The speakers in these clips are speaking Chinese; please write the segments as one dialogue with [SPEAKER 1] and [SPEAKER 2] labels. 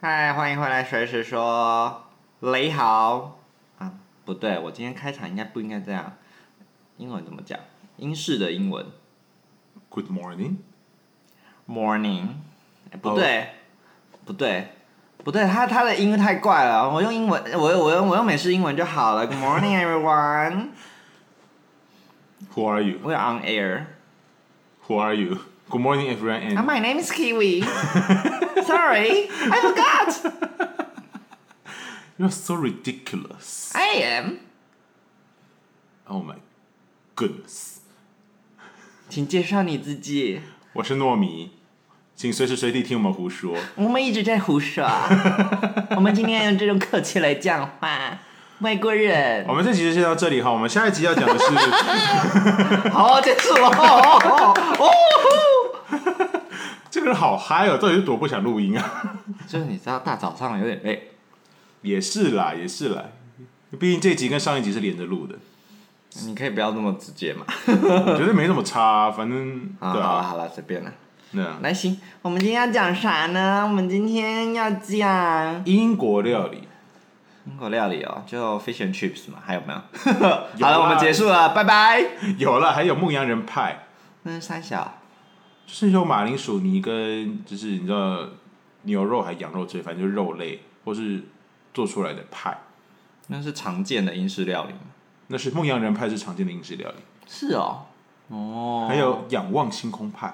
[SPEAKER 1] 欢迎回来，随时说，雷豪啊，不对，我今天开场应该不应该这样？英文怎么讲？英式的英文
[SPEAKER 2] Good morning，
[SPEAKER 1] ，morning，、哎不对不对，不对，他他的音太怪了，我用英文，我我用我用美式英文就好了。Good morning, everyone.
[SPEAKER 2] Who are you?
[SPEAKER 1] We're on air.
[SPEAKER 2] Who are you? Good morning, everyone. And
[SPEAKER 1] Ah, my name is Kiwi. Sorry, I forgot.
[SPEAKER 2] you're so ridiculous.
[SPEAKER 1] I am.
[SPEAKER 2] Oh my goodness！
[SPEAKER 1] 请介绍你自己。
[SPEAKER 2] 我是糯米，请随时随地听我们胡说。
[SPEAKER 1] 我们一直在胡说，啊 我们今天用这种口气来讲话。外国人，
[SPEAKER 2] 我们这集就先到这里哈，我们下一集要讲的是
[SPEAKER 1] 好，结束了。哦哦哦哦
[SPEAKER 2] 这个人好嗨哦，到底是多不想录音啊？
[SPEAKER 1] 就是你知道，大早上有点累，
[SPEAKER 2] 也是啦，也是啦，毕竟这集跟上一集是连着录的，
[SPEAKER 1] 你可以不要那么直接嘛。
[SPEAKER 2] 我觉得没那么差啊、反正
[SPEAKER 1] 啊，
[SPEAKER 2] 对
[SPEAKER 1] 好了
[SPEAKER 2] 啊，
[SPEAKER 1] 好了，随便了。
[SPEAKER 2] 那样
[SPEAKER 1] 来，行，我们今天要讲啥呢？我们今天要讲
[SPEAKER 2] 英国料理，
[SPEAKER 1] 英国料理哦，就 fish and chips 嘛，还有没 有？啊
[SPEAKER 2] 有
[SPEAKER 1] 好了，我们
[SPEAKER 2] 啦
[SPEAKER 1] 结束了，拜拜。
[SPEAKER 2] 有了，还有牧羊人派，
[SPEAKER 1] 那是三小，
[SPEAKER 2] 就是有马铃薯泥跟就是你知道牛肉还羊肉之类，反正就是肉类或是做出来的派。
[SPEAKER 1] 那是常见的英式料理吗
[SPEAKER 2] 那是牧羊人派是常见的英式料理，
[SPEAKER 1] 是哦，哦，
[SPEAKER 2] 还有仰望星空派，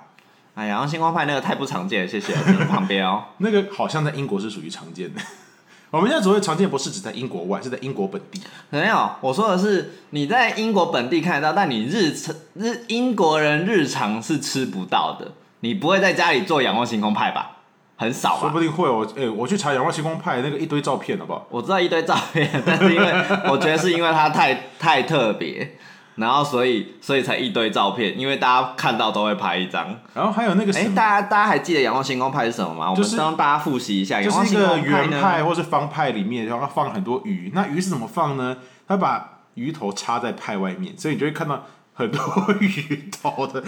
[SPEAKER 1] 哎呀，星光派那个太不常见了，谢谢。停旁边哦，
[SPEAKER 2] 那个好像在英国是属于常见的。 我们现在所谓常见，不是指在英国外，是在英国本地。
[SPEAKER 1] 没有，我说的是你在英国本地看得到，但你日常日英国人日常是吃不到的。你不会在家里做仰望星空派吧？很少吧
[SPEAKER 2] 说不？定会，我哎、我去查仰望星空派那个一堆照片，好不好？
[SPEAKER 1] 我知道一堆照片，但是因为我觉得是因为它太太特别，然后所以所以才一堆照片，因为大家看到都会拍一张。
[SPEAKER 2] 然后还有那个
[SPEAKER 1] 哎、
[SPEAKER 2] 什么，
[SPEAKER 1] 大家大家还记得仰望星空派是什么吗？
[SPEAKER 2] 就
[SPEAKER 1] 我
[SPEAKER 2] 是
[SPEAKER 1] 们让大家复习一下，
[SPEAKER 2] 就
[SPEAKER 1] 仰望
[SPEAKER 2] 是一
[SPEAKER 1] 星
[SPEAKER 2] 个
[SPEAKER 1] 空派
[SPEAKER 2] 圆
[SPEAKER 1] 呢？
[SPEAKER 2] 派或是方派里面，然后放很多鱼。那鱼是怎么放呢？他把鱼头插在派外面，所以你就会看到很多 鱼头的，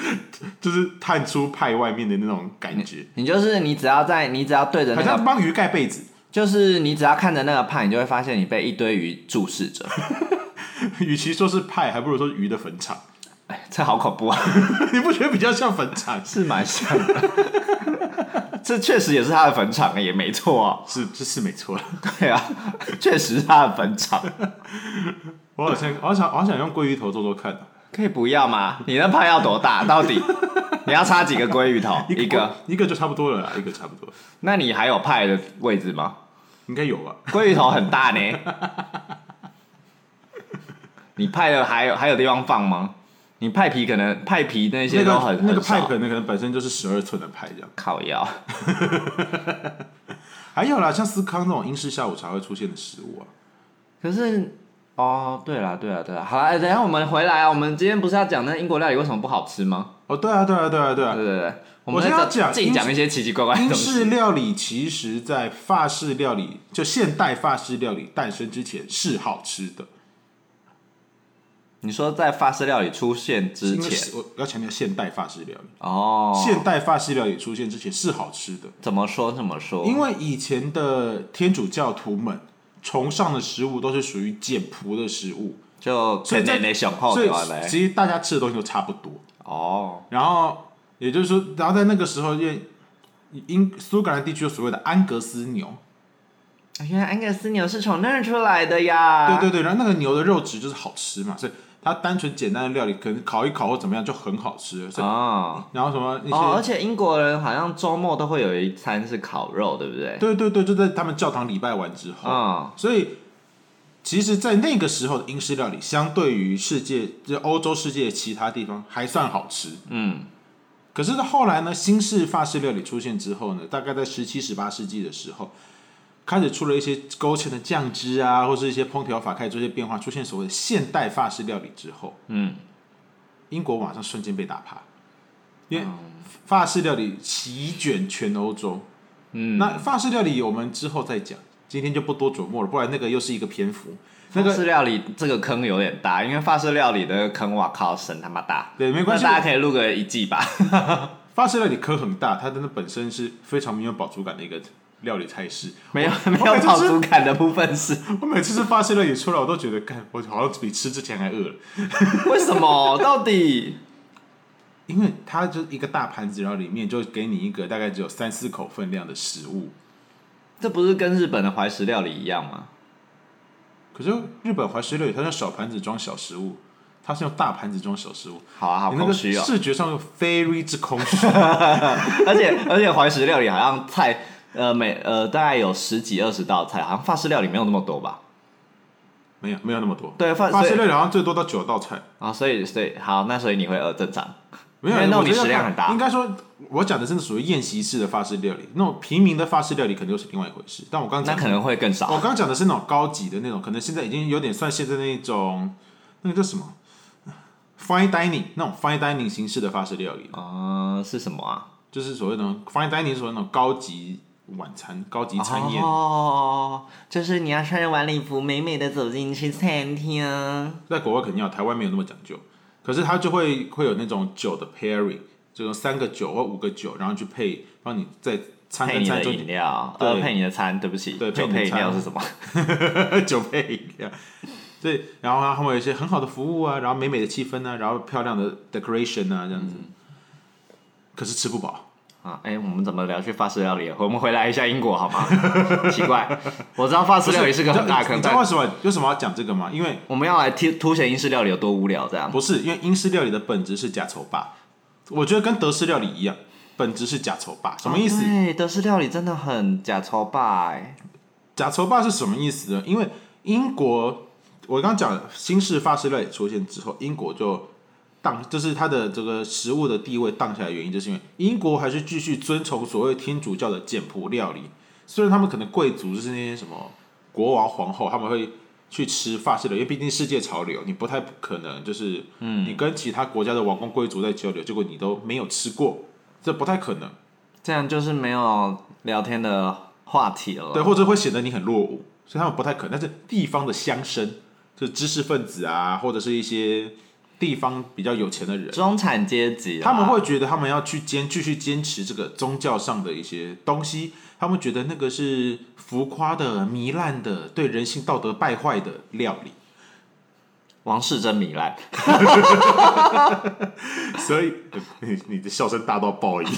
[SPEAKER 2] 就是探出派外面的那种感觉，
[SPEAKER 1] 你就是你只要在你只要对着
[SPEAKER 2] 好
[SPEAKER 1] 那个
[SPEAKER 2] 像帮鱼盖被子，
[SPEAKER 1] 就是你只要看着那个派，你就会发现你被一堆鱼注视着。
[SPEAKER 2] 与其说是派，还不如说是鱼的坟场。
[SPEAKER 1] 哎，这好恐怖啊！
[SPEAKER 2] 你不觉得比较像坟场？
[SPEAKER 1] 是蛮像的。 这确实也是他的坟场，也没错啊。
[SPEAKER 2] 是是是没错啦。
[SPEAKER 1] 对啊，确实是他的坟场。
[SPEAKER 2] 我好像我好想我好想用鲑鱼头做做看，啊
[SPEAKER 1] 可以不要吗？你那派要多大？到底你要插几个鲑鱼头？ 一个？
[SPEAKER 2] 一个就差不多了啦，一个差不多，
[SPEAKER 1] 那你还有派的位置吗？
[SPEAKER 2] 应该有吧？
[SPEAKER 1] 鲑鱼头很大呢。你派的还有还有地方放吗？你派皮可能派皮那些
[SPEAKER 2] 那
[SPEAKER 1] 都很
[SPEAKER 2] 个那个
[SPEAKER 1] 很少
[SPEAKER 2] 派可能可能本身就是十二寸的派这样。
[SPEAKER 1] 烤腰。
[SPEAKER 2] 还有啦，像司康那种英式下午茶会出现的食物啊，
[SPEAKER 1] 可是，哦，对了，对了，对了，好了，哎，等一下我们回来啊，我们今天不是要讲那英国料理为什么不好吃吗？
[SPEAKER 2] 哦对啊对啊对啊对
[SPEAKER 1] 对
[SPEAKER 2] 啊，
[SPEAKER 1] 对对，我
[SPEAKER 2] 我
[SPEAKER 1] 们
[SPEAKER 2] 先
[SPEAKER 1] 在
[SPEAKER 2] 要
[SPEAKER 1] 这
[SPEAKER 2] 讲
[SPEAKER 1] 净
[SPEAKER 2] 英
[SPEAKER 1] 讲一些奇奇怪怪的
[SPEAKER 2] 英
[SPEAKER 1] 东西。
[SPEAKER 2] 式料理其实在法式料理就现代法式料理诞生之前是好吃的，
[SPEAKER 1] 你说在法式料理出现之
[SPEAKER 2] 因为
[SPEAKER 1] 前，
[SPEAKER 2] 是我要强调现代法式料理，啊
[SPEAKER 1] 哦，
[SPEAKER 2] 现代法式料理出现之前是好吃的。
[SPEAKER 1] 怎么说怎么说？
[SPEAKER 2] 因为以前的天主教徒们崇尚的食物都是属于简朴的食物，
[SPEAKER 1] 就
[SPEAKER 2] 所以在
[SPEAKER 1] 可能你想泡
[SPEAKER 2] 所以
[SPEAKER 1] 掉嘞，
[SPEAKER 2] 其实大家吃的东西都差不多。
[SPEAKER 1] 哦，
[SPEAKER 2] 然后也就是说，然后在那个时候，因为英苏格兰地区有所谓的安格斯牛，
[SPEAKER 1] 啊原来安格斯牛是从那儿出来的呀。
[SPEAKER 2] 对对对，然后那个牛的肉质就是好吃嘛，所以它单纯简单的料理，可能烤一烤或怎么样就很好吃了。所以
[SPEAKER 1] 哦
[SPEAKER 2] 然后什么
[SPEAKER 1] 哦，
[SPEAKER 2] 那
[SPEAKER 1] 而
[SPEAKER 2] 些，
[SPEAKER 1] 且英国人好像周末都会有一餐是烤肉，对不对？
[SPEAKER 2] 对对对，就在他们教堂礼拜完之后，
[SPEAKER 1] 嗯，
[SPEAKER 2] 所以，其实，在那个时候的英式料理，相对于世界，就欧洲世界其他地方还算好吃。
[SPEAKER 1] 嗯。
[SPEAKER 2] 可是后来呢，新式法式料理出现之后呢，大概在十七、十八世纪的时候，开始出了一些勾芡的酱汁啊，或是一些烹调法开始做一些变化，出现所谓的现代法式料理之后，
[SPEAKER 1] 嗯，
[SPEAKER 2] 英国马上瞬间被打趴，因
[SPEAKER 1] 哦
[SPEAKER 2] 为法式料理席卷全欧洲。
[SPEAKER 1] 嗯，
[SPEAKER 2] 那法式料理我们之后再讲，今天就不多琢磨了，不然那个又是一个篇幅。那个
[SPEAKER 1] 法式料理这个坑有点大，因为法式料理的坑，哇靠，神他妈大。
[SPEAKER 2] 对没关系
[SPEAKER 1] 那大家可以录 个一季吧。
[SPEAKER 2] 法式料理科很大，它真的本身是非常没有饱足感的一个料理菜式。
[SPEAKER 1] 没有 没有饱足感的部分 是
[SPEAKER 2] 我每次吃法式料理出来，我都觉得，干，我好像比吃之前还饿了，
[SPEAKER 1] 为什么？到底
[SPEAKER 2] 因为它就一个大盘子，然后里面就给你一个大概只有三四口分量的食物。
[SPEAKER 1] 这不是跟日本的怀石料理一样吗？
[SPEAKER 2] 可是日本怀石料理，它是用小盘子装小食物，它是用大盘子装小食物，
[SPEAKER 1] 好啊，好
[SPEAKER 2] 你那
[SPEAKER 1] 空
[SPEAKER 2] 个
[SPEAKER 1] 虚哦。
[SPEAKER 2] 视觉上就 very 之空 虚。
[SPEAKER 1] 而且而且怀石料理好像菜，呃每呃大概有十几二十道菜，好像法式料理没有那么多吧？
[SPEAKER 2] 没有没有那么多，
[SPEAKER 1] 对法
[SPEAKER 2] 法
[SPEAKER 1] 所
[SPEAKER 2] 式
[SPEAKER 1] 以
[SPEAKER 2] 料理好像最多到九道菜。
[SPEAKER 1] 啊、所以所以好，那所以你会饿呃正常。
[SPEAKER 2] 没有啊
[SPEAKER 1] 因为，那
[SPEAKER 2] 我
[SPEAKER 1] 种
[SPEAKER 2] 觉得
[SPEAKER 1] 你食量很大
[SPEAKER 2] 应该说，我讲的真的属于宴席式的法式料理，那种平民的法式料理肯定又是另外一回事。但我刚
[SPEAKER 1] 那
[SPEAKER 2] 讲，
[SPEAKER 1] 可能会更少
[SPEAKER 2] 我。哦刚讲的是那种高级的那种，可能现在已经有点算现在那种那个叫什么 fine dining 那种 fine dining 形式的法式料理，
[SPEAKER 1] 嗯、是什么啊？
[SPEAKER 2] 就是所谓的那种 fine dining 是所谓那种高级晚餐、高级餐宴。
[SPEAKER 1] 哦，就是你要穿着晚礼服，美美的走进去餐厅。
[SPEAKER 2] 在国外肯定要，台湾没有那么讲究，可是它就会会有那种酒的 pairing，就是三个酒或五个酒，然后去配帮你在餐
[SPEAKER 1] 配
[SPEAKER 2] 跟
[SPEAKER 1] 你
[SPEAKER 2] 餐
[SPEAKER 1] 的
[SPEAKER 2] 中
[SPEAKER 1] 饮
[SPEAKER 2] 间
[SPEAKER 1] 料，呃，
[SPEAKER 2] 对
[SPEAKER 1] 配你的餐，对不起，
[SPEAKER 2] 对
[SPEAKER 1] 就
[SPEAKER 2] 配
[SPEAKER 1] 配饮
[SPEAKER 2] 你的餐
[SPEAKER 1] 料是什么？
[SPEAKER 2] 酒配饮料。对，然后他们有一些很好的服务啊，然后美美的气氛啊，然后漂亮的 decoration 啊，这样
[SPEAKER 1] 嗯
[SPEAKER 2] 子。可是吃不饱，
[SPEAKER 1] 啊，哎、我们怎么聊去法式料理了？我们回来一下英国好吗？ 奇怪，我知道法式料理是个很大坑，
[SPEAKER 2] 你知道
[SPEAKER 1] 但
[SPEAKER 2] 为什么为什么要讲这个吗？因为
[SPEAKER 1] 我们要来凸凸显英式料理有多无聊，这样。
[SPEAKER 2] 不是，因为英式料理的本质是假丑霸，我觉得跟德式料理一样，本质是假丑霸。什么意思？
[SPEAKER 1] 哦对，啊德式哎料理真的很假超霸、哎
[SPEAKER 2] 假丑霸是什么意思呢？因为英国，我刚讲新式法式料理出现之后，英国就荡，就是它的这个食物的地位荡下来，原因就是因为英国还是继续遵从所谓天主教的简朴料理。虽然他们可能贵族就是那些什么国王、皇后，他们会去吃法式料理，因为毕竟世界潮流，你不太可能就是，嗯，你跟其他国家的王公贵族在交流，结果你都没有吃过，这不太可能。
[SPEAKER 1] 这样就是没有聊天的话题了。
[SPEAKER 2] 对，或者会显得你很落伍，所以他们不太可能。但是地方的乡绅，就是知识分子啊，或者是一些地方比较有钱的人，
[SPEAKER 1] 中产阶级啦，
[SPEAKER 2] 他们会觉得他们要去坚继续坚持这个宗教上的一些东西，他们觉得那个是浮夸的、糜烂的、对人性道德败坏的料理。
[SPEAKER 1] 王室真糜烂。
[SPEAKER 2] 所以 你你的笑声大到爆音。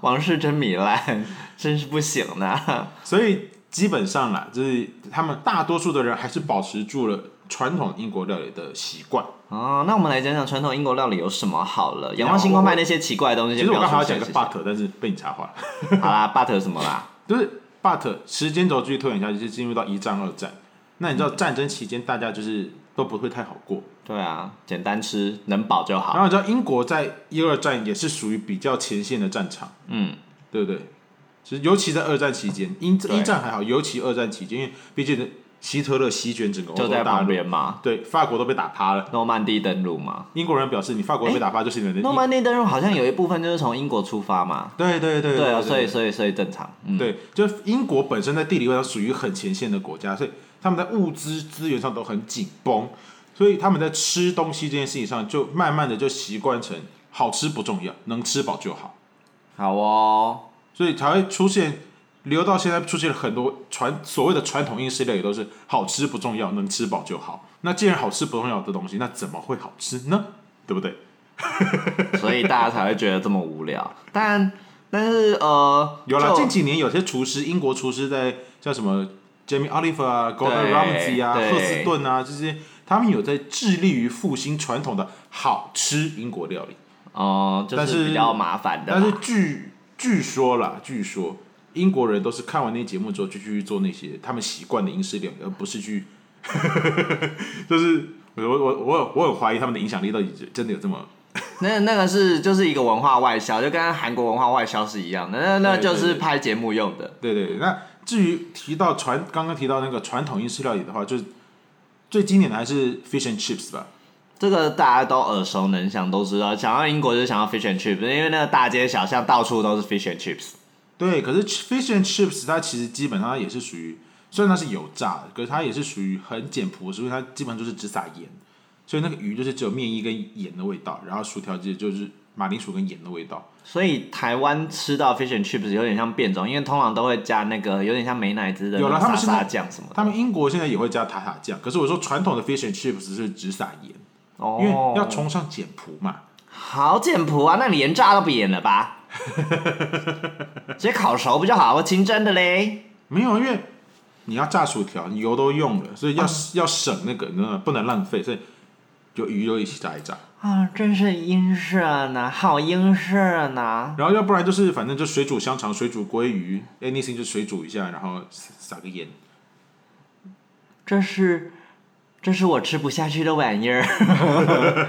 [SPEAKER 1] 王室真糜烂， 真是不行呐！
[SPEAKER 2] 所以基本上啦，就是他们大多数的人还是保持住了传统英国料理的习惯。
[SPEAKER 1] 哦，那我们来讲讲传统英国料理有什么好了。仰望星空卖那些奇怪的东西，
[SPEAKER 2] 其实我刚好要讲一个
[SPEAKER 1] 先不要
[SPEAKER 2] but，但是被你插话了。
[SPEAKER 1] 说谢谢好啦，but 什么啦？
[SPEAKER 2] 就是 but 时间轴继续推演下去，就进入到一战、二战。那你知道
[SPEAKER 1] 嗯
[SPEAKER 2] 战争期间大家就是都不会太好过。
[SPEAKER 1] 对啊，简单吃，能饱就
[SPEAKER 2] 然
[SPEAKER 1] 好。
[SPEAKER 2] 后你知道英国在一、二战也是属于比较前线的战场，
[SPEAKER 1] 嗯，
[SPEAKER 2] 对不对？其实尤其在二战期间，英
[SPEAKER 1] 对
[SPEAKER 2] 一战还好，尤其二战期间，因为毕竟希特勒席卷整个欧
[SPEAKER 1] 就
[SPEAKER 2] 洲
[SPEAKER 1] 在
[SPEAKER 2] 大
[SPEAKER 1] 旁
[SPEAKER 2] 陆，
[SPEAKER 1] 边嘛，
[SPEAKER 2] 对法国都被打趴了。
[SPEAKER 1] 诺曼底登陆嘛。
[SPEAKER 2] 英国人表示，你法国被打趴就是你的
[SPEAKER 1] 诺
[SPEAKER 2] 英。
[SPEAKER 1] 曼底登陆好像有一部分就是从英国出发嘛。
[SPEAKER 2] 对对对
[SPEAKER 1] 对啊，所以所以所以正常。嗯，
[SPEAKER 2] 对，就是英国本身在地理位上属于很前线的国家，所以他们在物资资源上都很紧绷，所以他们在吃东西这件事情上，就慢慢的就习惯成好吃不重要，能吃饱就好，
[SPEAKER 1] 好哦。
[SPEAKER 2] 所以才会出现留到现在出现了很多传所谓的传统英式料理都是好吃不重要，能吃饱就好。那既然好吃不重要的东西，那怎么会好吃呢？对不对？
[SPEAKER 1] 所以大家才会觉得这么无聊。 但但是呃，
[SPEAKER 2] 有了
[SPEAKER 1] 就
[SPEAKER 2] 近几年有些厨师，英国厨师在叫什么 Jamie Oliver 啊、Gordon
[SPEAKER 1] 对
[SPEAKER 2] Ramsay 啊、
[SPEAKER 1] 对
[SPEAKER 2] 赫斯顿啊这些，他们有在致力于复兴传统的好吃英国料理。
[SPEAKER 1] 哦、就
[SPEAKER 2] 但是
[SPEAKER 1] 是比较麻烦的
[SPEAKER 2] 但
[SPEAKER 1] 啦。
[SPEAKER 2] 是据据说啦，据说英国人都是看完那节目之后就去做那些他们习惯的英式料理，而不是去， 就是我我我我很怀疑他们的影响力到底真的有这么
[SPEAKER 1] 那那个是就是一个文化外销，就跟韩国文化外销是一样的。那那
[SPEAKER 2] 对
[SPEAKER 1] 就
[SPEAKER 2] 对
[SPEAKER 1] 是
[SPEAKER 2] 对
[SPEAKER 1] 拍节目用的。
[SPEAKER 2] 对对，对那至于提到传刚刚提到那个传统英式料理的话，就是最经典的还是 fish and chips 吧。
[SPEAKER 1] 这个大家都耳熟能详，都知道。想到英国就想到 fish and chips，因为那个大街小巷到处都是 fish and chips。
[SPEAKER 2] 对，可是 fish and chips 它其实基本上也是属于，虽然它是油炸的，可是它也是属于很简朴的食物，所以它基本上就是只撒盐，所以那个鱼就是只有面衣跟盐的味道，然后薯条其实就是马铃薯跟盐的味道。
[SPEAKER 1] 所以台湾吃到 fish and chips 有点像变种，因为通常都会加那个有点像美乃滋的
[SPEAKER 2] 有了
[SPEAKER 1] 那
[SPEAKER 2] 他
[SPEAKER 1] 种
[SPEAKER 2] 们
[SPEAKER 1] 沙
[SPEAKER 2] 现在
[SPEAKER 1] 沙酱什么的。
[SPEAKER 2] 他们英国现在也会加塔塔酱，可是我说传统的 fish and chips 是只撒盐，
[SPEAKER 1] 哦
[SPEAKER 2] 因为要崇尚简朴嘛。
[SPEAKER 1] 好简朴啊，那你连炸都不演了吧？直接烤熟不就好？我清蒸的嘞。
[SPEAKER 2] 没有，因为你要炸薯条，你油都用了，所以要、要省那个，你知道吗不能浪费，所以就鱼就一起炸一炸。
[SPEAKER 1] 啊，真是英式呢，好英式啊呢。
[SPEAKER 2] 然后要不然就是反正就水煮香肠、水煮鲑鱼，anything 就水煮一下，然后撒个盐。
[SPEAKER 1] 这是，这是我吃不下去的玩意儿。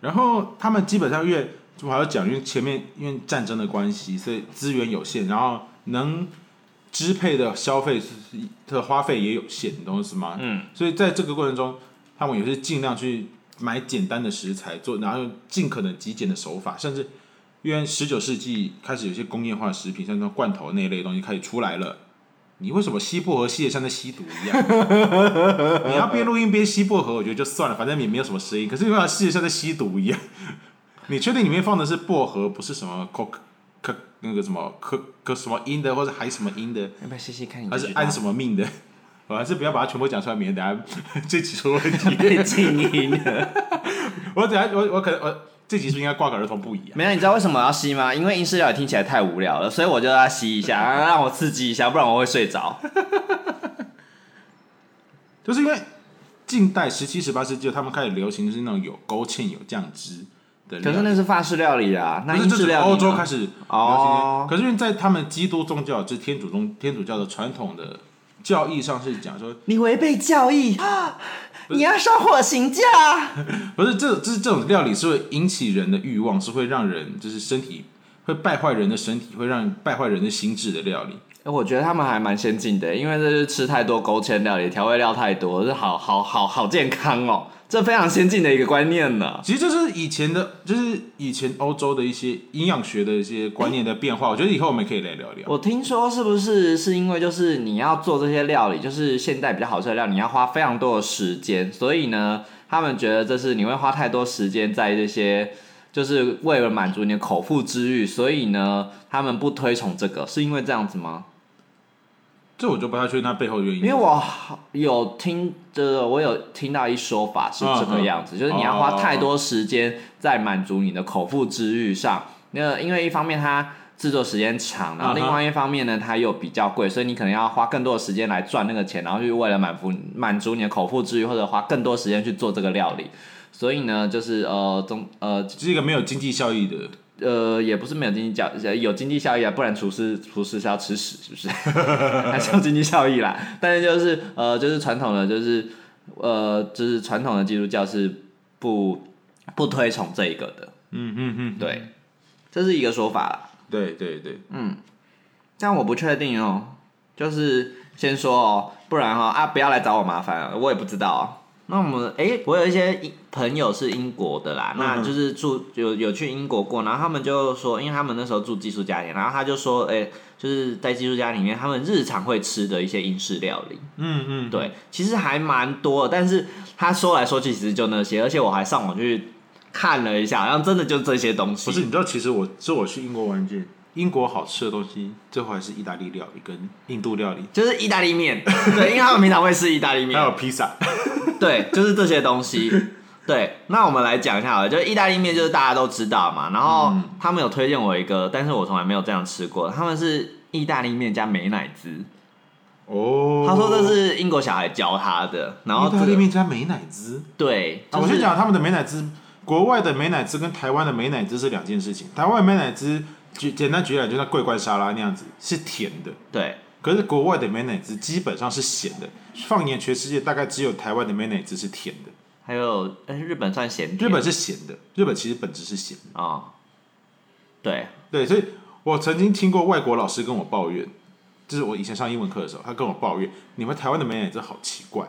[SPEAKER 2] 然后他们基本上因为就还要讲，因为前面因为战争的关系，所以资源有限，然后能支配的消费是的花费也有限，你懂我意思吗？
[SPEAKER 1] 嗯，
[SPEAKER 2] 所以在这个过程中，他们也是尽量去买简单的食材做，然后用尽可能极简的手法，甚至因为十九世纪开始有些工业化食品，像那种罐头那一类的东西开始出来了。你为什么吸薄荷吸的像在吸毒一样？你要边录音边吸薄荷，我觉得就算了，反正也没有什么声音。可是你要吸的像在吸毒一样，你确定里面放的是薄荷，不是什么 c o c 那个什么可可什么音的，或者还什么音的？
[SPEAKER 1] 要不要细细看？
[SPEAKER 2] 还是安什么命的？我还是不要把它全部讲出来，免得等下这集出问题。
[SPEAKER 1] 被静音了。
[SPEAKER 2] 我等下我我可能我这集是不是应该挂个儿童不宜啊？
[SPEAKER 1] 没有，你知道为什么我要吸吗？因为英式料理听起来太无聊了，所以我就要吸一下，啊让我刺激一下，不然我会睡着。
[SPEAKER 2] 就是因为近代十七、十八世纪他们开始流行是那种有勾芡、有酱汁的料
[SPEAKER 1] 可
[SPEAKER 2] 理。
[SPEAKER 1] 是那是法式料理啊，那
[SPEAKER 2] 不是，
[SPEAKER 1] 英
[SPEAKER 2] 这
[SPEAKER 1] 式
[SPEAKER 2] 是
[SPEAKER 1] 料理呢
[SPEAKER 2] 欧洲开始流行。
[SPEAKER 1] 哦
[SPEAKER 2] 可是因为在他们基督宗教，就是天主宗天主教的传统的教义上是讲说，
[SPEAKER 1] 你违背教义，啊你要上火刑架。
[SPEAKER 2] 不是这这这种料理是会引起人的欲望，是会让人就是身体会败坏人的身体，会让败坏人的心智的料理。
[SPEAKER 1] 哎我觉得他们还蛮先进的，因为这是吃太多勾芡料理，调味料太多，这好好好好健康哦，这非常先进的一个观念呢。
[SPEAKER 2] 其实这是以前的，就是以前欧洲的一些营养学的一些观念的变化。我觉得以后我们可以来聊聊。
[SPEAKER 1] 我听说是不是是因为就是你要做这些料理，就是现代比较好吃的料理，你要花非常多的时间，所以呢，他们觉得这是你会花太多时间在这些，就是为了满足你的口腹之欲，所以呢，他们不推崇这个，是因为这样子吗？
[SPEAKER 2] 这我就不太确定它背后的原因。
[SPEAKER 1] 因为我好有听，就是我有听到一说法是这个样子，
[SPEAKER 2] 嗯嗯
[SPEAKER 1] 就是你要花太多时间在满足你的口腹之欲上。那因为一方面它制作时间长，然后
[SPEAKER 2] 嗯哼
[SPEAKER 1] 另外一方面呢，它又比较贵，所以你可能要花更多的时间来赚那个钱，然后去为了满足满足你的口腹之欲，或者花更多时间去做这个料理。所以呢，就是呃，中呃
[SPEAKER 2] 这是一个没有经济效益的，
[SPEAKER 1] 呃，也不是没有经济效，呃有经济效益啊，不然厨师厨师是要吃屎，是不是？ 还是有经济效益啦。但是就是呃，就是传统的，就是呃，就是传统的基督教是不不推崇这一个的，
[SPEAKER 2] 嗯嗯嗯，
[SPEAKER 1] 对，这是一个说法啦。
[SPEAKER 2] 对对对，
[SPEAKER 1] 但我不确定哦，就是先说哦，不然哈、啊，不要来找我麻烦啊，我也不知道、哦。那我们诶，我有一些英朋友是英国的啦，
[SPEAKER 2] 嗯
[SPEAKER 1] 那就是住有有去英国过，然后他们就说，因为他们那时候住寄宿家庭，然后他就说，诶，就是在寄宿家里面，他们日常会吃的一些英式料理，
[SPEAKER 2] 嗯嗯，
[SPEAKER 1] 对，其实还蛮多的，但是他说来说去其实就那些，而且我还上网去看了一下，然后真的就这些东西
[SPEAKER 2] 不。是，你知道，其实我是我去英国玩去，英国好吃的东西，最后还是意大利料理跟印度料理，
[SPEAKER 1] 就是意大利面，对，因为他们平常会吃意大利面，
[SPEAKER 2] 还有披萨。
[SPEAKER 1] 对，就是这些东西。对，那我们来讲一下好了，就是意大利面，就是大家都知道嘛。然后
[SPEAKER 2] 嗯
[SPEAKER 1] 他们有推荐我一个，但是我从来没有这样吃过。他们是意大利面加美乃滋，
[SPEAKER 2] 哦，
[SPEAKER 1] 他说这是英国小孩教他的。然后
[SPEAKER 2] 意大
[SPEAKER 1] 这
[SPEAKER 2] 利
[SPEAKER 1] 个
[SPEAKER 2] 面加美乃滋。
[SPEAKER 1] 对，
[SPEAKER 2] 啊，
[SPEAKER 1] 就
[SPEAKER 2] 我
[SPEAKER 1] 是
[SPEAKER 2] 先讲他们的美乃滋，国外的美乃滋跟台湾的美乃滋是两件事情。台湾美乃滋举简单举例来，就像桂冠沙拉那样子，是甜的。
[SPEAKER 1] 对，
[SPEAKER 2] 可是国外的美乃滋基本上是咸的，放眼全世界大概只有台湾的美乃滋是甜的，
[SPEAKER 1] 还有呃日本算咸
[SPEAKER 2] 日
[SPEAKER 1] 点
[SPEAKER 2] 本是咸的，日本其实本质是咸的。
[SPEAKER 1] 啊、哦对，
[SPEAKER 2] 对，所以我曾经听过外国老师跟我抱怨，就是我以前上英文课的时候，他跟我抱怨你们台湾的美乃滋好奇怪，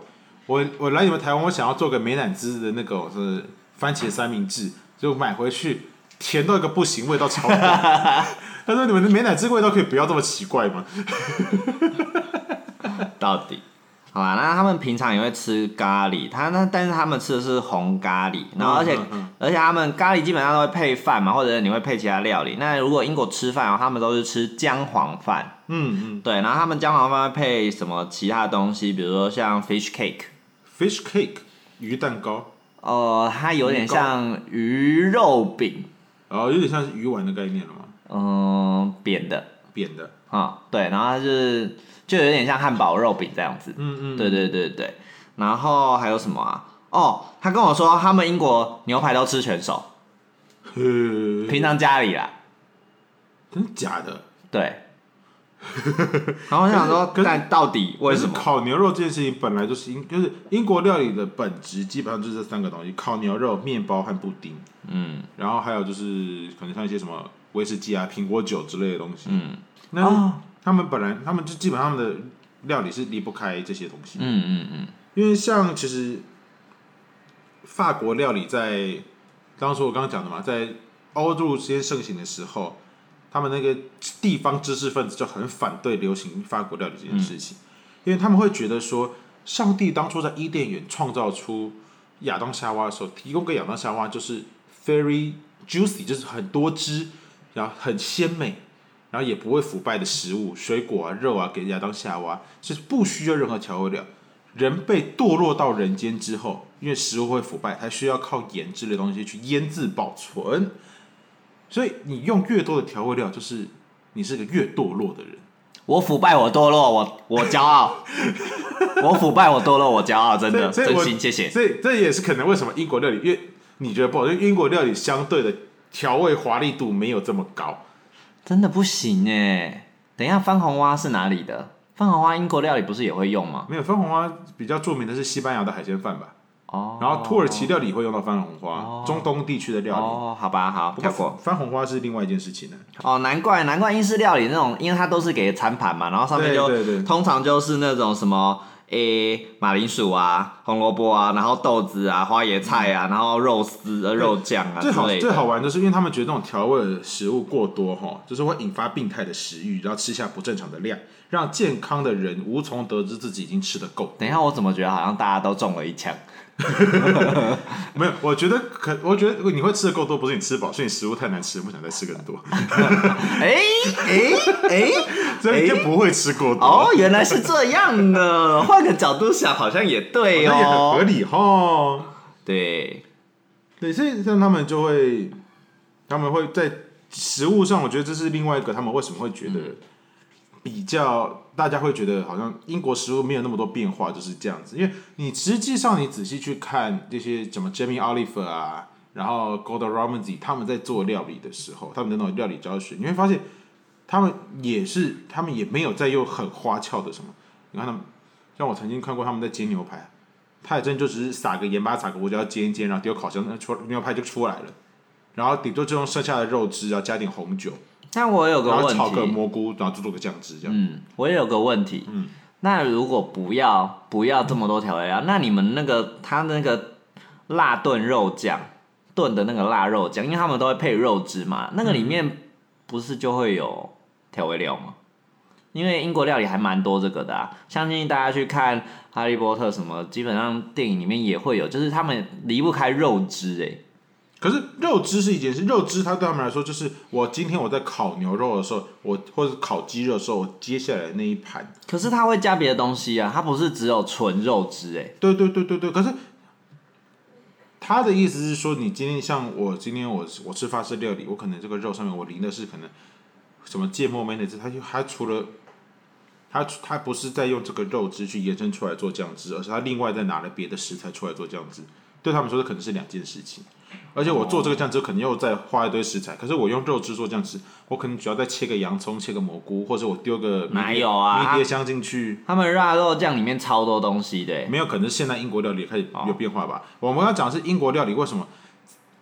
[SPEAKER 2] 我我来你们台湾，我想要做个美乃滋的那个是番茄三明治，就买回去甜到一个不行，味道超怪。 他说你们的美乃滋味道可以不要这么奇怪吗？
[SPEAKER 1] 到底好啦，那他们平常也会吃咖喱，他那但是他们吃的是红咖喱，然后而且、
[SPEAKER 2] 嗯嗯
[SPEAKER 1] 而且他们咖喱基本上都会配饭嘛，或者你会配其他料理。那如果英国吃饭、哦，他们都是吃姜黄饭，
[SPEAKER 2] 嗯嗯
[SPEAKER 1] 对，然后他们姜黄饭会配什么其他东西，比如说像 fish cake，
[SPEAKER 2] ，fish cake 鱼蛋糕，
[SPEAKER 1] 呃，它有点像鱼肉饼，
[SPEAKER 2] 然哦后有点像是鱼丸的概念了嘛，
[SPEAKER 1] 嗯、扁的
[SPEAKER 2] 扁的，
[SPEAKER 1] 啊、对，然后它是就有点像汉堡肉饼这样子，
[SPEAKER 2] 嗯嗯，
[SPEAKER 1] 对对对对，然后还有什么啊？哦，他跟我说他们英国牛排都吃全熟，
[SPEAKER 2] 呵，
[SPEAKER 1] 平常家里啦，
[SPEAKER 2] 真的假的？
[SPEAKER 1] 对。然后我想说，
[SPEAKER 2] 可是可是
[SPEAKER 1] 但到底为什
[SPEAKER 2] 可
[SPEAKER 1] 么
[SPEAKER 2] 是？烤牛肉这件事情本来就是英，就是英国料理的本质，基本上就是这三个东西：烤牛肉、面包和布丁。
[SPEAKER 1] 嗯
[SPEAKER 2] 然后还有就是可能像一些什么威士忌啊、苹果酒之类的东西。
[SPEAKER 1] 嗯
[SPEAKER 2] 那、
[SPEAKER 1] 哦
[SPEAKER 2] 他们本来他们就基本上他们的料理是离不开这些东西，
[SPEAKER 1] 嗯嗯嗯，
[SPEAKER 2] 因为像其实法国料理在当初我刚刚讲的嘛，在欧洲先盛行的时候，他们那个地方知识分子就很反对流行法国料理这件事情，因为他们会觉得说，上帝当初在伊甸园创造出亚当夏娃的时候，提供给亚当夏娃就是 very juicy，就是很多汁，然后很鲜美。然后也不会腐败的食物，水果啊、肉啊，给亚当夏娃是不需要任何调味料。人被堕落到人间之后，因为食物会腐败，它需要靠盐之类的东西去腌制保存。所以你用越多的调味料，就是你是个越堕落的人。
[SPEAKER 1] 我腐败，我堕落，我我骄傲。 我腐败，我堕落，我骄傲，真的，
[SPEAKER 2] 所以所以
[SPEAKER 1] 真
[SPEAKER 2] 我
[SPEAKER 1] 心谢谢。
[SPEAKER 2] 所以这也是可能为什么英国料理，因为你觉得不好，因为英国料理相对的调味华丽度没有这么高。
[SPEAKER 1] 真的不行哎！等一下，番红蛙是哪里的？番红蛙英国料理不是也会用吗？
[SPEAKER 2] 没有番红花比较著名的是西班牙的海鲜饭吧，
[SPEAKER 1] 哦，
[SPEAKER 2] 然后土耳其料理会用到番红花，中东地区的料理。
[SPEAKER 1] 哦，好吧，好
[SPEAKER 2] 不
[SPEAKER 1] 跳过
[SPEAKER 2] 过。番红花是另外一件事情呢、
[SPEAKER 1] 哦，难怪难怪英式料理那种，因为它都是给餐盘嘛，然后上面
[SPEAKER 2] 对
[SPEAKER 1] 就
[SPEAKER 2] 对对
[SPEAKER 1] 通常就是那种什么诶、马铃薯啊、红萝卜啊，然后豆子啊、花椰菜啊，然后肉丝、呃、肉酱啊之
[SPEAKER 2] 嗯最好
[SPEAKER 1] 类
[SPEAKER 2] 最
[SPEAKER 1] 的。
[SPEAKER 2] 好玩就是因为他们觉得那种调味的食物过多哈，就是会引发病态的食欲，然后吃下不正常的量，让健康的人无从得知自己已经吃得够。
[SPEAKER 1] 等一下，我怎么觉得好像大家都中了一 枪？
[SPEAKER 2] 没有，我觉得可，我觉得你会吃的够多，不是你吃饱，是你食物太难吃，不想再吃更多，
[SPEAKER 1] 哎哎哎，
[SPEAKER 2] 所以你就不会吃过多，
[SPEAKER 1] 哦，原来是这样 呢。换个角度想，好像也对
[SPEAKER 2] 那也很合
[SPEAKER 1] 哦。
[SPEAKER 2] 理哈。
[SPEAKER 1] 对，
[SPEAKER 2] 对，所以像他们就会，他们会在食物上，我觉得这是另外一个他们为什么会觉得比较，大家会觉得好像英国食物没有那么多变化，就是这样子。因为你实际上你仔细去看这些什么 Jamie Oliver 啊，然后 Gordon Ramsay 他们在做料理的时候，他们的那种料理教学，你会发现他们也是，他们也没有在用很花俏的什么。你看他们，像我曾经看过他们在煎牛排，啊他也真就只是撒个盐巴，撒个胡椒煎一煎，然后丢烤箱，那出牛排就出来了。然后顶多就用剩下的肉汁，然后加点红酒，
[SPEAKER 1] 但我有个
[SPEAKER 2] 然后
[SPEAKER 1] 问
[SPEAKER 2] 炒个
[SPEAKER 1] 题，
[SPEAKER 2] 蘑菇，然后就做个酱汁这样。
[SPEAKER 1] 嗯，我也有个问题，
[SPEAKER 2] 嗯，
[SPEAKER 1] 那如果不要不要这么多调味料，那你们那个他那个辣炖肉酱炖的那个腊肉酱，因为他们都会配肉汁嘛，那个里面不是就会有调味料吗？因为英国料理还蛮多这个的啊，相信大家去看《哈利波特》什么，基本上电影里面也会有，就是他们离不开肉汁哎、
[SPEAKER 2] 可是肉汁是一件事，肉汁它对他们来说就是我今天我在烤牛肉的时候，我或者烤鸡肉的时候，我接下来那一盘。
[SPEAKER 1] 可是它会加别的东西啊，它不是只有纯肉汁哎、
[SPEAKER 2] 对对对对对，可是他的意思是说，你今天像我今天我我吃法式料理，我可能这个肉上面我淋的是可能什么芥末 mayonnaise，它就它除了它它不是在用这个肉汁去延伸出来做酱汁，而是它另外再拿了别的食材出来做酱汁。对他们说，这可能是两件事情。而且我做这个酱汁，可能又再花一堆食材。可是我用肉汁做酱汁，我可能只要再切个洋葱、切个蘑菇，或者我丢个迷迭
[SPEAKER 1] 哪有啊
[SPEAKER 2] 迷迭香进去，
[SPEAKER 1] 他们腊肉酱里面超多东西的、欸，
[SPEAKER 2] 没有，可能是现在英国料理开始有变化吧。我们要讲的是英国料理为什么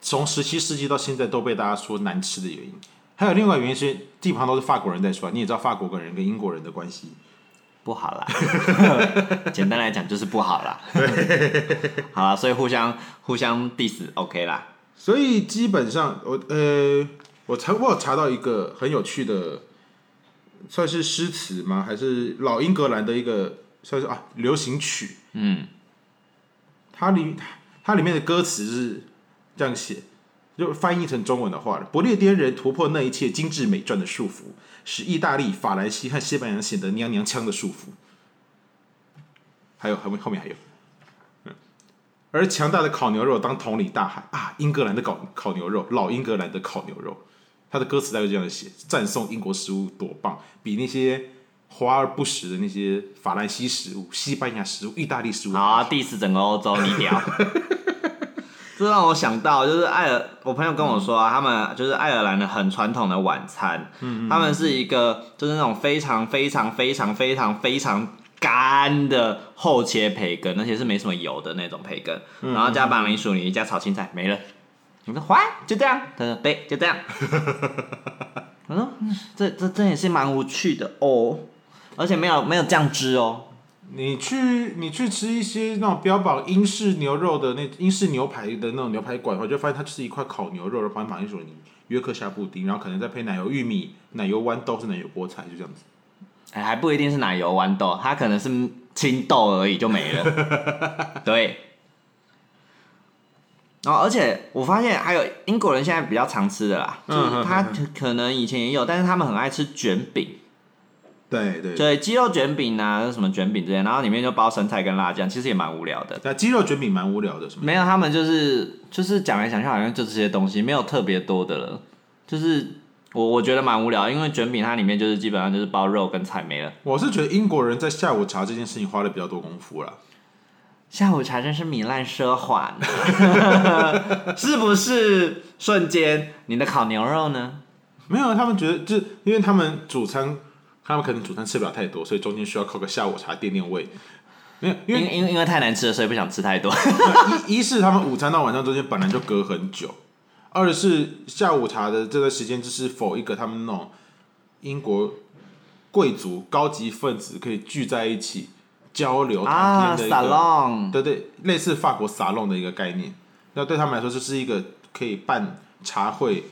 [SPEAKER 2] 从十七世纪到现在都被大家说难吃的原因，还有另外一个原因是基本上都是法国人在说，你也知道法国人跟英国人的关系。
[SPEAKER 1] 不好啦， 简单来讲就是不好啦。好啦，所以互相互相 diss OK 啦。
[SPEAKER 2] 所以基本上，我呃，我查我有查到一个很有趣的，算是诗词吗？还是老英格兰的一个算是啊流行曲，
[SPEAKER 1] 嗯，
[SPEAKER 2] 它里它里面的歌词是这样写，就翻译成中文的话了：不列颠人突破那一切精致美转的束缚，使意大利、法兰西和西班牙显得娘娘腔的束缚。还有后面后面还有，嗯，而强大的烤牛肉当统领大海啊！英格兰的烤烤牛肉，老英格兰的烤牛肉，它的歌词大概就这样写：赞颂英国食物多棒，比那些华而不实的那些法兰西食物、西班牙食物、意大利食物
[SPEAKER 1] 好啊，diss 整个欧洲，你屌。这让我想到，就是爱尔，我朋友跟我说啊，他们就是爱尔兰的很传统的晚餐，他们是一个就是那种非常非常非常非常非常干的厚切培根，而且是没什么油的那种培根，然后加马铃薯泥，加炒青菜，没了。我说哇，就这样。他说对，就这样。我说、嗯、这这这也是蛮无趣的哦，而且没有没有酱汁哦。
[SPEAKER 2] 你去你去吃一些那种标榜英式牛肉的那英式牛排的那种牛排馆的话，就发现它就是一块烤牛肉，然后旁边马铃薯泥、约克夏布丁，然后可能再配奶油玉米、奶油豌豆是奶油菠菜，就这样子。
[SPEAKER 1] 哎，还不一定是奶油豌豆，它可能是青豆而已就没了。 对。然后、而且我发现还有英国人现在比较常吃的啦，就
[SPEAKER 2] 嗯
[SPEAKER 1] 是
[SPEAKER 2] 嗯
[SPEAKER 1] 他
[SPEAKER 2] 嗯
[SPEAKER 1] 可能以前也有，但是他们很爱吃卷饼，
[SPEAKER 2] 对对。
[SPEAKER 1] 对，鸡肉卷饼啊，什么卷饼之类，然后里面就包生菜跟辣酱，其实也蛮无聊的。
[SPEAKER 2] 那鸡肉卷饼蛮无聊的，什么？
[SPEAKER 1] 没有，他们就是就是讲来讲去好像就这些东西，没有特别多的了。就是我我觉得蛮无聊，因为卷饼它里面就是基本上就是包肉跟菜没了。
[SPEAKER 2] 我是觉得英国人在下午茶这件事情花了比较多功夫啦。
[SPEAKER 1] 下午茶真是糜烂奢华 呢，是不是？瞬间，你的烤牛肉呢？
[SPEAKER 2] 没有，他们觉得就是因为他们主餐，他们可能主餐吃不了太多，所以中间需要靠个下午茶垫垫胃。没有，
[SPEAKER 1] 因
[SPEAKER 2] 因为
[SPEAKER 1] 为因为因为太难吃了，所以不想吃 太多。
[SPEAKER 2] 一一是他们午餐到晚上中间本来就隔很久，二是下午茶的这段时间就是否一个他们那种英国贵族高级分子可以聚在一起交流
[SPEAKER 1] 啊
[SPEAKER 2] 谈天的一个，
[SPEAKER 1] ，salon，
[SPEAKER 2] 对对，类似法国沙龙的一个概念。那对他们来说，就是一个可以办茶会，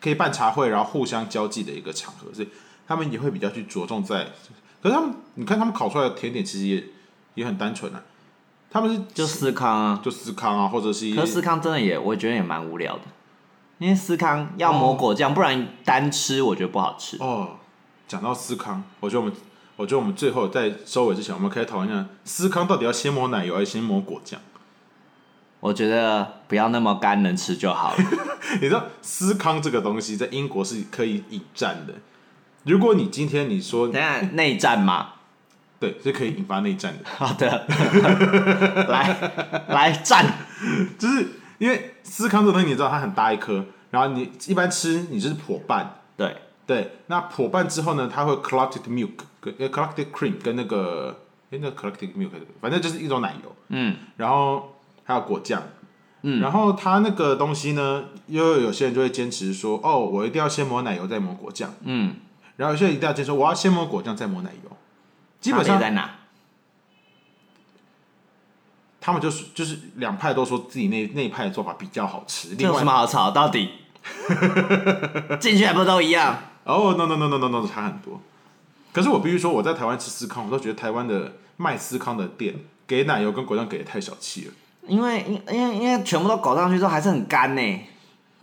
[SPEAKER 2] 可以办茶会，然后互相交际的一个场合，所以他们也会比较去着重在。可是他们，你看他们烤出来的甜点其实也也很单纯啊，他们是
[SPEAKER 1] 就思康啊。
[SPEAKER 2] 就司康啊，或者是一
[SPEAKER 1] 可是思康真的也，我觉得也蛮无聊的，因为思康要抹果酱，不然单吃我觉得不好吃。
[SPEAKER 2] 哦，讲到司康，我觉得我们，我觉得我们最后在收尾之前，我们可以讨论一下司康到底要先抹奶油还是先抹果酱。
[SPEAKER 1] 我觉得不要那么干，能吃就 好了。
[SPEAKER 2] 你知道司康这个东西在英国是可以引战的。如果你今天你说
[SPEAKER 1] 等一下内战嘛，
[SPEAKER 2] 对，是可以引发内战的，
[SPEAKER 1] 好的，来来战，
[SPEAKER 2] 就是因为司康这个东西你知道它很大一颗，然后你一般吃你就是破半，
[SPEAKER 1] 对，
[SPEAKER 2] 对，那破半之后呢，它会 collected milk 跟呃 collected cream 跟那个诶那 collected milk 反正就是一种奶油，
[SPEAKER 1] 嗯，
[SPEAKER 2] 然后还有果酱，嗯，然后它那个东西呢，因为有些人就会坚持说，哦，我一定要先抹奶油再抹果酱，
[SPEAKER 1] 嗯，
[SPEAKER 2] 然后有些人一定要坚持说，我要先抹果酱再抹奶油，基本
[SPEAKER 1] 差别
[SPEAKER 2] 上
[SPEAKER 1] 在哪？
[SPEAKER 2] 他们就是就是两派都说自己那那一派的做法比较好吃，
[SPEAKER 1] 这
[SPEAKER 2] 另
[SPEAKER 1] 有
[SPEAKER 2] 外
[SPEAKER 1] 什么好吵？到底进去还不都一样？
[SPEAKER 2] 哦、no no no no no no 差很多。可是我必须说，我在台湾吃司康，我都觉得台湾的卖司康的店给奶油跟果酱给的太小气了，
[SPEAKER 1] 因为因因为因为全部都搞上去之后还是很干呢、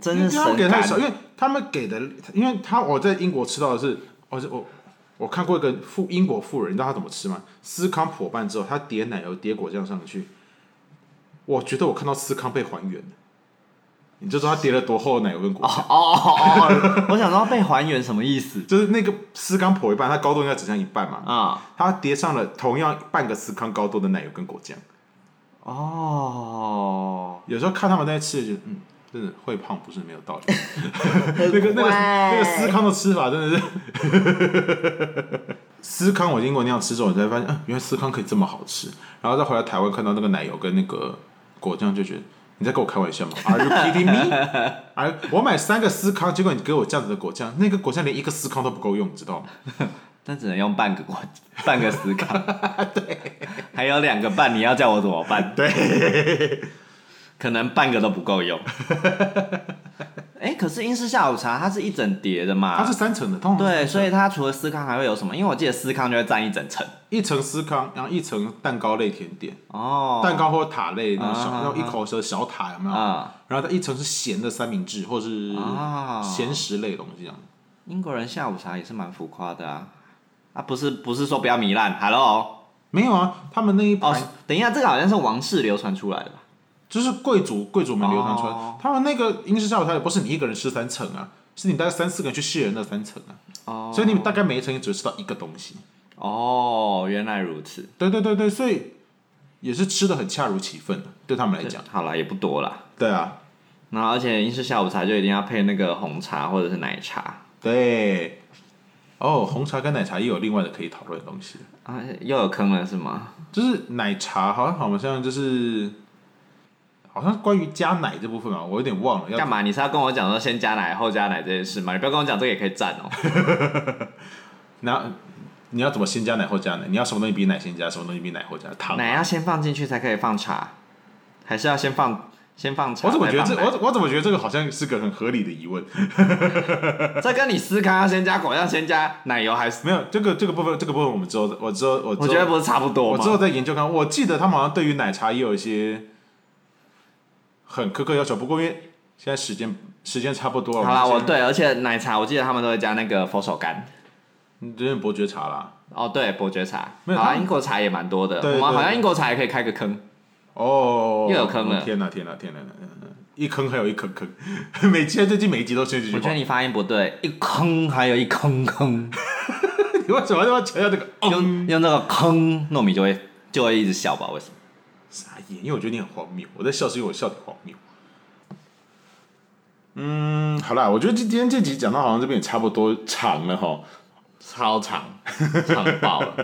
[SPEAKER 1] 真
[SPEAKER 2] 因为
[SPEAKER 1] 是
[SPEAKER 2] 他
[SPEAKER 1] 神
[SPEAKER 2] 们给得
[SPEAKER 1] 干
[SPEAKER 2] 太。少，因为他们给的，因为他我在英国吃到的是，我是我我看过一个富英国富人，你知道他怎么吃吗？司康破半之后，他叠奶油叠果酱上去，我觉得我看到司康被还原了，你就知道他叠了多厚的奶油跟果
[SPEAKER 1] 哦
[SPEAKER 2] 酱。
[SPEAKER 1] 哦哦哦！我想说被还原什么意思
[SPEAKER 2] 就是那个司康破一半，它高度应该只剩一半嘛，
[SPEAKER 1] 啊？
[SPEAKER 2] 它叠上了同样半个司康高度的奶油跟果酱。
[SPEAKER 1] 哦，
[SPEAKER 2] 有时候看他们在吃，就觉得嗯，真的会胖不是没有道理。 那个那个那个司康的吃法真的是，司康我经过那样吃之后，我才发现，啊，原来司康可以这么好吃。然后再回来台湾看到那个奶油跟那个果酱，就觉得你在跟我开玩笑吗？Are you kidding me？而 我买三个司康，结果你给我这样子的果酱，那个果酱连一个司康都不够用，你知道吗？
[SPEAKER 1] 那只能用半个过半个思考。对，还有两个半，你要叫我怎么办？对，可能半个都不够用。哎、哎、可是英式下午茶它是一整碟的嘛，
[SPEAKER 2] 它是三层的，通常
[SPEAKER 1] 对，所
[SPEAKER 2] 以
[SPEAKER 1] 以它除了司康还会有什么？因为我记得司康就会占一整层
[SPEAKER 2] 一层司康，然后一层蛋糕类甜点，
[SPEAKER 1] 哦，
[SPEAKER 2] 蛋糕或塔类那种小，
[SPEAKER 1] 啊
[SPEAKER 2] 然后一口舌小塔有没有？
[SPEAKER 1] 啊、
[SPEAKER 2] 然后它一层是咸的三明治或是
[SPEAKER 1] 啊
[SPEAKER 2] 咸食类的东西这样。
[SPEAKER 1] 英国人下午茶也是蛮浮夸的啊，啊不是不是说不要糜烂，Hello，
[SPEAKER 2] 没有啊，他们那一
[SPEAKER 1] 哦
[SPEAKER 2] 盘，
[SPEAKER 1] 等一下，这个好像是王室流传出来的吧？
[SPEAKER 2] 就是贵族贵族们流传出来
[SPEAKER 1] 哦，
[SPEAKER 2] 他们那个英式下午茶也不是你一个人吃三层啊，是你大概三四个人去 share 那三层啊，
[SPEAKER 1] 哦
[SPEAKER 2] 所以你大概每一层也只吃到一个东西。
[SPEAKER 1] 哦，原来如此，
[SPEAKER 2] 对对对对，所以也是吃的很恰如其分的，啊对他们来讲。
[SPEAKER 1] 好啦，也不多啦。
[SPEAKER 2] 对啊，
[SPEAKER 1] 然后而且英式下午茶就一定要配那个红茶或者是奶茶
[SPEAKER 2] 对。哦，红茶跟奶茶也有另外的可以讨论的东西，
[SPEAKER 1] 啊，又有坑了是吗？
[SPEAKER 2] 就是奶茶好像好像就是，好像关于加奶这部分嘛，我有点忘了。要
[SPEAKER 1] 干嘛？你是要跟我讲说先加奶后加奶这件事吗？你不要跟我讲这个也可以蘸哦。
[SPEAKER 2] 那你要怎么先加奶后加奶？你要什么东西比奶先加，什么东西比奶后加？糖。
[SPEAKER 1] 奶要先放进去才可以放茶，还是要先放先放茶？
[SPEAKER 2] 我怎么觉得这
[SPEAKER 1] 再放奶
[SPEAKER 2] 我我怎么觉得这个好像是个很合理的疑问？
[SPEAKER 1] 这跟你思康要先加果酱先加奶油还是？
[SPEAKER 2] 没有这个这个部分这个部分我们之后我之后我之
[SPEAKER 1] 我
[SPEAKER 2] 后
[SPEAKER 1] 觉得不是差不多
[SPEAKER 2] 我之后
[SPEAKER 1] 吗？
[SPEAKER 2] 再研究看。我记得他们好像对于奶茶也有一些很苛刻要求，不过因为现在时间时间差不多了，
[SPEAKER 1] 好啦，
[SPEAKER 2] 们
[SPEAKER 1] 我
[SPEAKER 2] 先
[SPEAKER 1] 对，而且奶茶我记得他们都会加那个佛手柑。
[SPEAKER 2] 嗯有点伯爵茶啦。
[SPEAKER 1] 哦，对，伯爵茶，
[SPEAKER 2] 没有
[SPEAKER 1] 好
[SPEAKER 2] 他
[SPEAKER 1] 像英国茶也蛮多的。
[SPEAKER 2] 对
[SPEAKER 1] 我们
[SPEAKER 2] 对
[SPEAKER 1] 好像
[SPEAKER 2] 对
[SPEAKER 1] 英国茶也可以开个坑。
[SPEAKER 2] 哦，
[SPEAKER 1] 又有坑了
[SPEAKER 2] 天哪天哪天哪！嗯一坑还有一坑坑，每期最近每一集都是这句
[SPEAKER 1] 我觉
[SPEAKER 2] 话
[SPEAKER 1] 得。你发音不对，一坑还有一坑坑，
[SPEAKER 2] 你为什么要强调这个？
[SPEAKER 1] 用
[SPEAKER 2] 嗯，
[SPEAKER 1] 用那个坑，糯米就会就会一直笑吧？为什么？
[SPEAKER 2] 傻眼，因为我觉得你很荒谬。我在笑是因为我笑你荒谬。嗯，好啦，我觉得今天这集讲到好像这边也差不多长了哈。
[SPEAKER 1] 超 长，长爆了。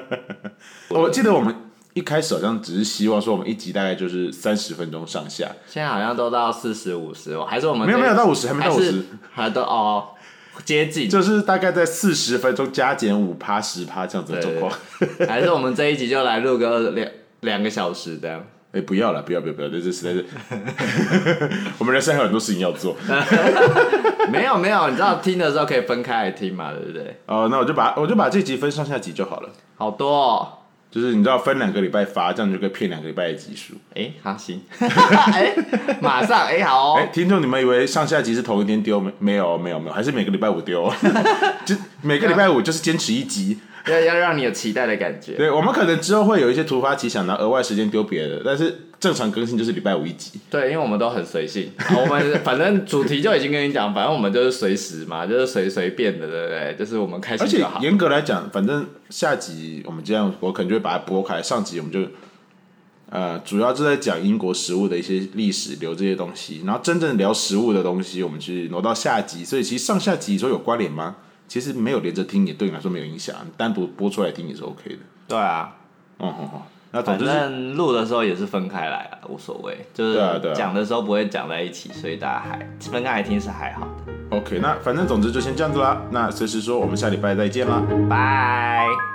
[SPEAKER 2] 我记得我们一开始好像只是希望说我们一集大概就是三十分钟上下，
[SPEAKER 1] 现在好像都到四十五十，还是我们
[SPEAKER 2] 没有没有到五十，还
[SPEAKER 1] 还
[SPEAKER 2] 没到五十，，
[SPEAKER 1] 还都哦接近，
[SPEAKER 2] 就是大概在四十分钟加减五趴十趴这样子的状况。
[SPEAKER 1] 还是我们这一集就来录个二两两个小时这样。
[SPEAKER 2] 哎、不要了，不要不要不要，这这实在是， 我们人生还有很多事情要做。
[SPEAKER 1] 没有没有，你知道听的时候可以分开来听嘛，对不对？
[SPEAKER 2] 哦、那我就把我就把这集分上下集就好了，
[SPEAKER 1] 好多哦。
[SPEAKER 2] 就是你知道分两个礼拜发，这样就可以骗两个礼拜的集数。
[SPEAKER 1] 哎，好行， 哎，马上哎，好
[SPEAKER 2] 哎、
[SPEAKER 1] 哦，
[SPEAKER 2] 听众，你们以为上下集是同一天丢没？没有，没有，没有，还是每个礼拜五丢， 就每个礼拜五就是坚持一集。
[SPEAKER 1] 要要让你有期待的感觉。
[SPEAKER 2] 对，我们可能之后会有一些突发奇想，然后额外时间丢别的，但是正常更新就是礼拜五一集。
[SPEAKER 1] 对，因为我们都很随性，啊我们 反正主题就已经跟你讲，反正我们就是随时嘛，就是随随便的，对不对？就是我们开
[SPEAKER 2] 而
[SPEAKER 1] 心
[SPEAKER 2] 且
[SPEAKER 1] 就好。
[SPEAKER 2] 严格来讲，反正下集我们这样，我可能就会把它拨开。上集我们就，呃，主要就在讲英国食物的一些历史，留这些东西。然后真正聊食物的东西，我们去挪到下集。所以其实上下集说有关联吗？其实没有连着听，也对你来说没有影响，你单独播出来听也是 OK 的。
[SPEAKER 1] 对啊，
[SPEAKER 2] 哦哦哦，那总
[SPEAKER 1] 反
[SPEAKER 2] 之是
[SPEAKER 1] 正录的时候也是分开来了，无所谓。就
[SPEAKER 2] 对啊对啊
[SPEAKER 1] 是讲的时候不会讲在一起，所以大家还分开来听是还好的。
[SPEAKER 2] OK，那反正总之就先这样子啦。那随时说，我们下礼拜再见啦。
[SPEAKER 1] 拜。